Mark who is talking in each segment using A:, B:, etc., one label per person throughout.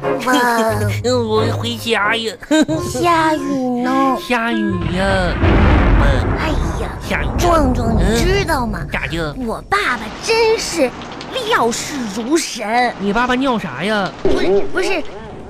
A: 吧？
B: 嗯，我回家呀，
A: 下雨呢。
B: 下雨呀，嗯，
A: 哦哎呀，
B: 下雨呀，
A: 壮壮，你知道吗？
B: 咋的？
A: 我爸爸真是料事如神，
B: 你爸爸尿啥呀？
A: 不是不是，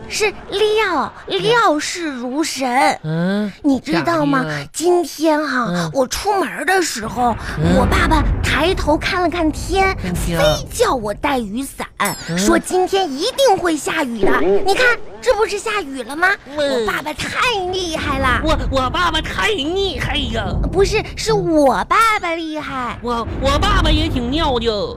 A: 是料料事如神。
B: 嗯，
A: 你知道吗
B: 咋的呀？
A: 今天哈、
B: 啊嗯
A: 我出门的时候，
B: 嗯
A: 我爸爸抬头看了看天，
B: 看
A: 非
B: 天
A: 叫我带雨伞，
B: 嗯
A: 说今天一定会下雨的。你看，这不是下雨了吗？
B: 嗯
A: 我爸爸太厉害了，
B: 我我爸爸太厉害呀，
A: 不是，是我爸爸厉害。
B: 我我爸爸也挺尿的。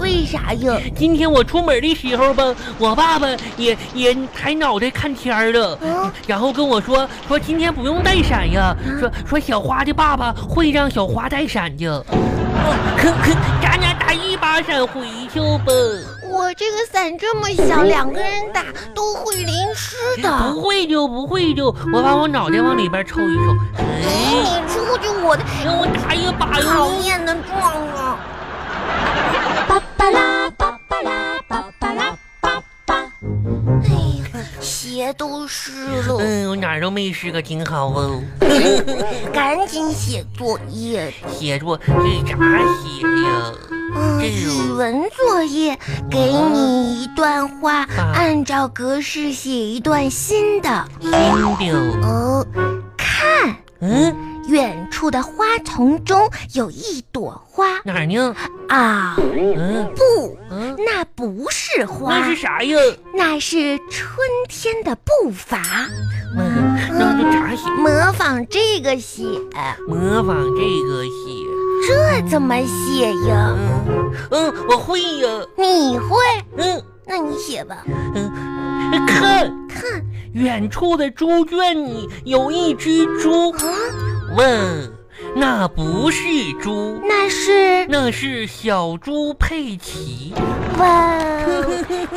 A: 为啥呀？
B: 今天我出门的时候吧，我爸爸也也抬脑袋看天儿了，
A: 嗯
B: 然后跟我说说今天不用带伞呀，说说小花的爸爸会让小花带伞的。哦可可，咱俩打一把伞回去吧。
A: 我这个伞这么小，两个人打都会淋湿的。
B: 不会就不会就，我把我脑袋往里边抽一抽，
A: 你
B: 哎，
A: 出去，我的
B: 让我打一把
A: 讨
B: 哟。
A: 厌的壮壮。
C: 巴巴拉巴巴拉巴巴拉巴巴。
A: 哎呀，鞋都湿了。
B: 嗯，我哪儿都没湿，可挺好哦。
A: 赶紧写作业，
B: 写作这咋写呀？
A: 嗯，
B: 哎呦
A: 语文作业给你一段话，
B: 啊
A: 按照格式写一段新的。
B: 新的，
A: 哦，看
B: 嗯，
A: 远处的花丛中有一朵花
B: 哪儿呢？
A: 啊，
B: 嗯
A: 不，
B: 嗯，
A: 那不是花，
B: 那是啥呀？
A: 那是春天的步伐。
B: 嗯，那就咋写？
A: 模仿这个写，
B: 模仿这个写，
A: 这怎么写呀？
B: 嗯嗯，我会呀，
A: 你会？
B: 嗯
A: 那你写吧。
B: 嗯，看
A: 看
B: 远处的猪圈里有一只猪，
A: 啊，
B: 问，那不是猪，
A: 那是。
B: 那是小猪佩 奇。
A: 哇，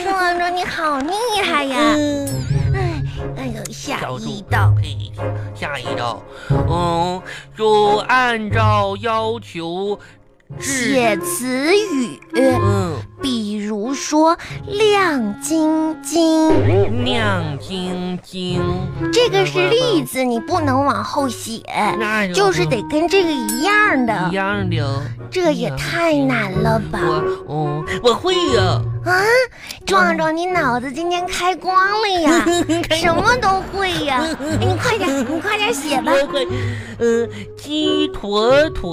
A: 壮壮你好厉害呀！
B: 嗯，
A: 哎，哎呦，下
B: 小
A: 一
B: 猪
A: 道，
B: 佩奇，下一道，嗯，就按照要求制
A: 写词语，
B: 嗯。
A: 比如说“亮晶晶
B: 亮晶晶”，，
A: 这个是例子，你不能往后写，
B: 那
A: 就是得跟这个一样的啊
B: 一。样的。
A: 这也太难了吧！
B: 我哦，我会呀、
A: 啊，壮壮，你脑子今天开光了哎 呀，什么都会呀！哎你快点，你快点写吧。
B: 我会，嗯，鸡腿腿，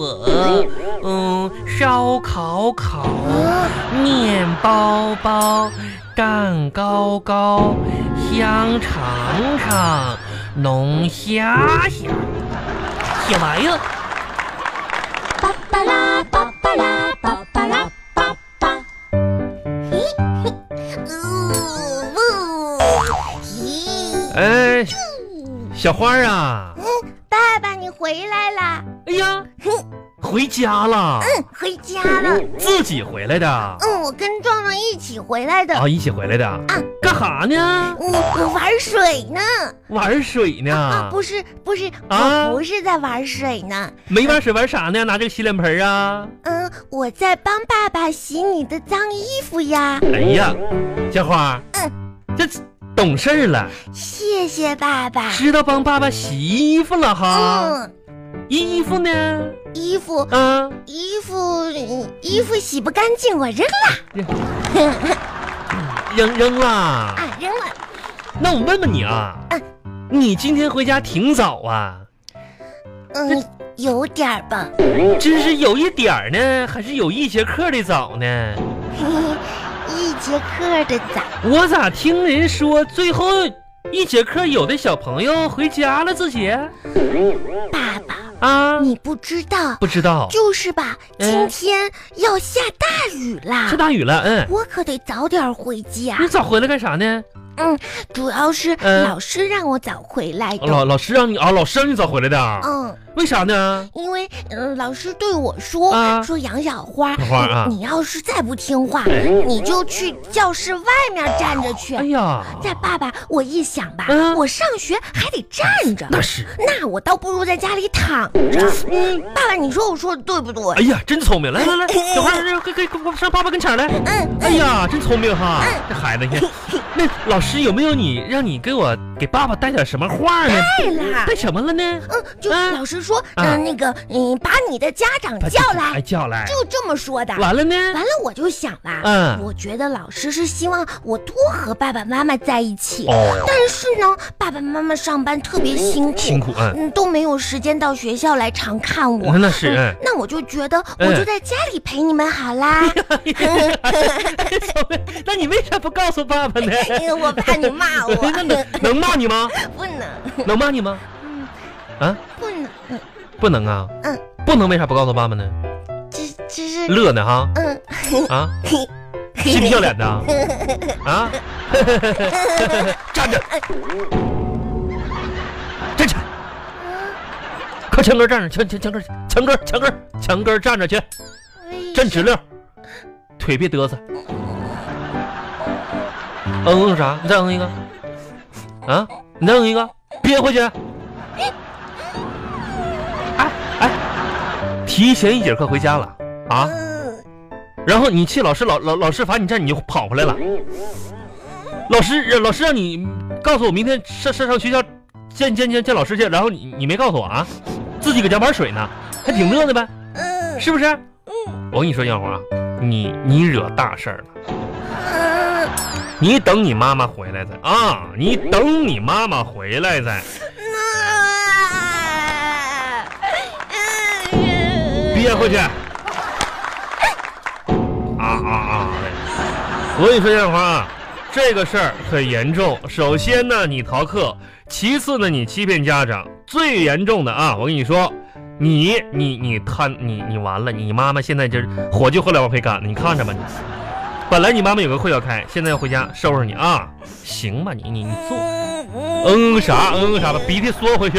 B: 嗯，烧烤烤，
A: 啊，
B: 面包包，蛋糕糕，香肠肠，龙虾虾，写完呀。
C: 巴巴拉巴巴拉
A: 哦
C: 巴巴拉巴巴。
A: 呜呜，咦，
D: 哎，小花儿啊，
A: 爸爸你回来啦，
D: 哎呀，回家了，
A: 回家了。
D: 自己回来的啊，
A: 嗯，我跟壮壮一起回来的。
D: 一起回来的，干哈呢？
A: 我我玩水呢，
D: 玩水
A: 啊
D: 呢？
A: 不是不是，
D: 啊
A: 我不是在玩水呢，
D: 没玩水玩啥呢？拿这个洗脸盆啊？
A: 嗯，我在帮爸爸洗你的脏衣服呀，
D: 哎呀，小花
A: 嗯
D: 儿，这懂事儿了，
A: 谢谢爸爸。
D: 知道帮爸爸洗衣服了哈？
A: 嗯，
D: 衣服呢？
A: 衣服
D: 啊，
A: 衣服衣服洗不干净，我扔了。
D: 扔扔了。
A: 啊，嗯扔了。
D: 那我问问你啊，你今天回家挺早啊，
A: 嗯，有点儿吧，
D: 这是有一点儿呢，还是有一节课的早呢？
A: 一节课的早。
D: 我咋听人说最后一节课有的小朋友回家了自己
A: 爸爸，
D: 啊？
A: 你不知道，
D: 不知道，
A: 就是吧？今
D: 嗯
A: 天要下大雨啦
D: 下，大雨了，嗯，
A: 我可得早点回家。
D: 你早回来干啥呢？
A: 主要是
D: 嗯
A: 老师让我早回来的。
D: 老老师让你啊，老师让你早回来的啊，
A: 嗯，
D: 为啥呢？
A: 因为嗯、呃老师对我说、
D: 啊
A: 说杨小花，
D: 小花啊
A: 你你要是再不听话，
D: 哎
A: 你就去教室外面站着去。
D: 哎呀，
A: 在爸爸，我一想吧，
D: 嗯
A: 我上学还得站着，
D: 那是，嗯
A: 那我倒不如在家里躺着。爸爸，你说我说的对不对？
D: 哎呀，真聪明！来来来，小花，快快快快上爸爸跟前来！哎
A: 嗯，
D: 哎呀，真聪明哈，这孩子你看，那老师时有没有你让你给我给爸爸带点什么话呢？
A: 对啦
D: 带，什么了呢？
A: 嗯，就
D: 啊
A: 老师说，
D: 啊
A: 嗯，那个，嗯，把你的家长
D: 把
A: 叫
D: 哎
A: 来，
D: 叫来，
A: 就这么说的。
D: 完了呢？
A: 完了，我就想啦，
D: 嗯
A: 我觉得老师是希望我多和爸爸妈妈在一起，
D: 哦，
A: 但是呢，爸爸妈妈上班特别辛苦，
D: 辛苦嗯，
A: 嗯，都没有时间到学校来常看我。
D: 那 是嗯。
A: 那我就觉得，我就
D: 嗯
A: 在家里陪你们好 啦，
D: 那你为啥不告诉爸爸呢？
A: 因为我怕你骂哎 我，
D: 那能能骂你吗？
A: 不能，
D: 能骂你吗？啊，
A: 不能，嗯
D: 不能啊，
A: 嗯，
D: 不能，为啥不告诉爸爸呢？
A: 这这是，
D: 乐呢哈
A: 嗯，
D: 啊，
A: 嘿，
D: 嬉皮笑脸的啊 啊，站着，站起来，快墙根站着，墙墙墙根墙根墙根墙根站着去，
A: 为
D: 站直溜，腿别嘚瑟。嗯嗯啥？你再嗯一个，啊，你再嗯一个，憋回去。哎哎，提前一节课回家了啊？
A: 嗯
D: 然后你气老师老老老师罚你站，你就跑回来了。老师让老师让你告诉我明天上上上学校见见见见老师去，然后你你没告诉我啊，自己搁家玩水呢，还挺乐呢呗，
A: 嗯
D: 是不是？我跟你说，小红啊，你你惹大事儿了，
A: 嗯，
D: 你等你妈妈回来再啊，你等你妈妈回来再，
A: 那，嗯
D: 憋回去。啊啊啊！我跟你说，小红啊，这个事儿很严重。首先呢，你逃课；其次呢，你欺骗家长；最严重的啊，我跟你说，你你你贪你你完了，你妈妈现在就是火就后来往回赶，你看着吧你。本来你妈妈有个会要开，现在要回家收拾你啊，行吧你你你坐。
A: 嗯
D: 嗯啥嗯啥吧，鼻涕缩回去。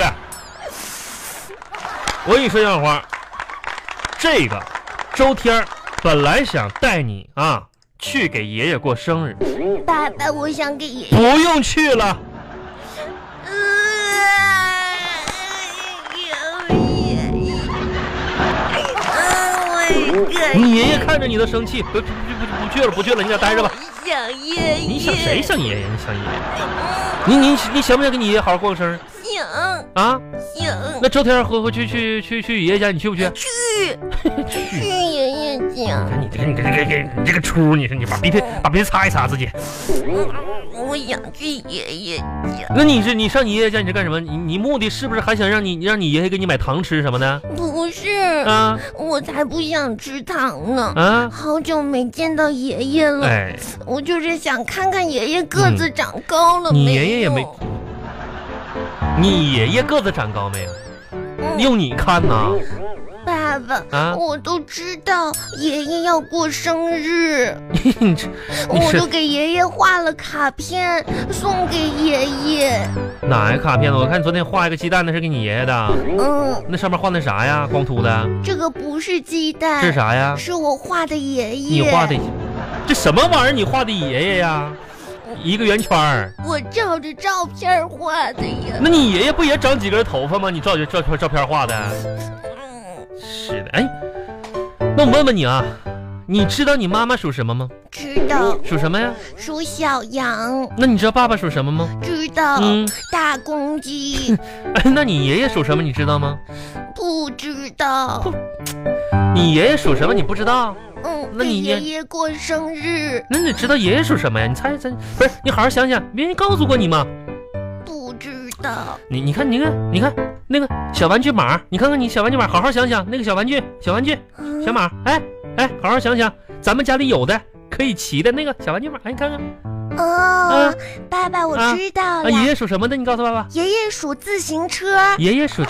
D: 我跟你说，小花，这个周天儿本来想带你啊去给爷爷过生日，
A: 嗯，爸爸，我想给爷爷。
D: 不用去了。你爷爷看着你都生气，不不不不不去了，不去了，你俩待着吧。
A: 想爷爷，
D: 你想谁想爷爷？你想爷爷？你你你想不想跟你爷爷好好过个生日
A: 想
D: 啊？
A: 想
D: 那周天儿回回去去去去爷爷家，你去不去？
A: 去去爷爷家，
D: 你这个你这个你这个你这个出，你说你把鼻涕把鼻涕擦一擦自己。
A: 我想去爷爷家。
D: 那你是你上你爷爷家你是干什么？你你目的是不是还想让你让你爷爷给你买糖吃什么的？
A: 不是，
D: 啊
A: 我才不想吃糖呢。
D: 啊！
A: 好久没见到爷爷了，
D: 哎，
A: 我就是想看看爷爷个子长高了
D: 你
A: 没有。
D: 爷爷也没你爷爷个子长高没有？用你看呐
A: 爸爸，
D: 啊！
A: 我都知道爷爷要过生日，
D: 你这你
A: 我
D: 是
A: 都给爷爷画了卡片送给爷爷。
D: 哪个卡片呢？我看你昨天画一个鸡蛋，那是给你爷爷的，
A: 嗯，
D: 那上面画那啥呀？光秃的，
A: 这个不是鸡蛋，
D: 这是啥呀？
A: 是我画的爷
D: 你
A: 爷。
D: 画的，这什么玩意儿？你画的爷爷呀？一个圆圈儿，
A: 我照着照片儿画的呀。
D: 那你爷爷不也长几根头发吗？你照着照片照片画的。
A: 嗯，
D: 是的，哎，那我问问你啊，你知道你妈妈属什么吗？
A: 知道，
D: 属什么呀？
A: 属小羊，
D: 那你知道爸爸属什么吗？
A: 知道，
D: 嗯
A: 大公鸡
D: 哎，那你爷爷属什么？你知道吗？
A: 不知 道。
D: 你爷爷属什么？你不知道？
A: 嗯，
D: 那
A: 给
D: 你
A: 爷
D: 也
A: 爷过生日，
D: 那你知道爷爷属什么呀？你猜猜，不是你好好想想，别人告诉过你吗？
A: 不知道。
D: 你你看，你看，你看那个小玩具马，你看看你小玩具马，好好想想那个小玩具，小玩具，
A: 嗯
D: 小马，哎哎，好好想想，咱们家里有的可以骑的那个小玩具马，哎，你看看
A: 哦，爸爸，我
D: 啊
A: 知道
D: 啊，
A: 了。
D: 爷爷属什么的？你告诉爸爸，
A: 爷爷数自行车，
D: 爷爷属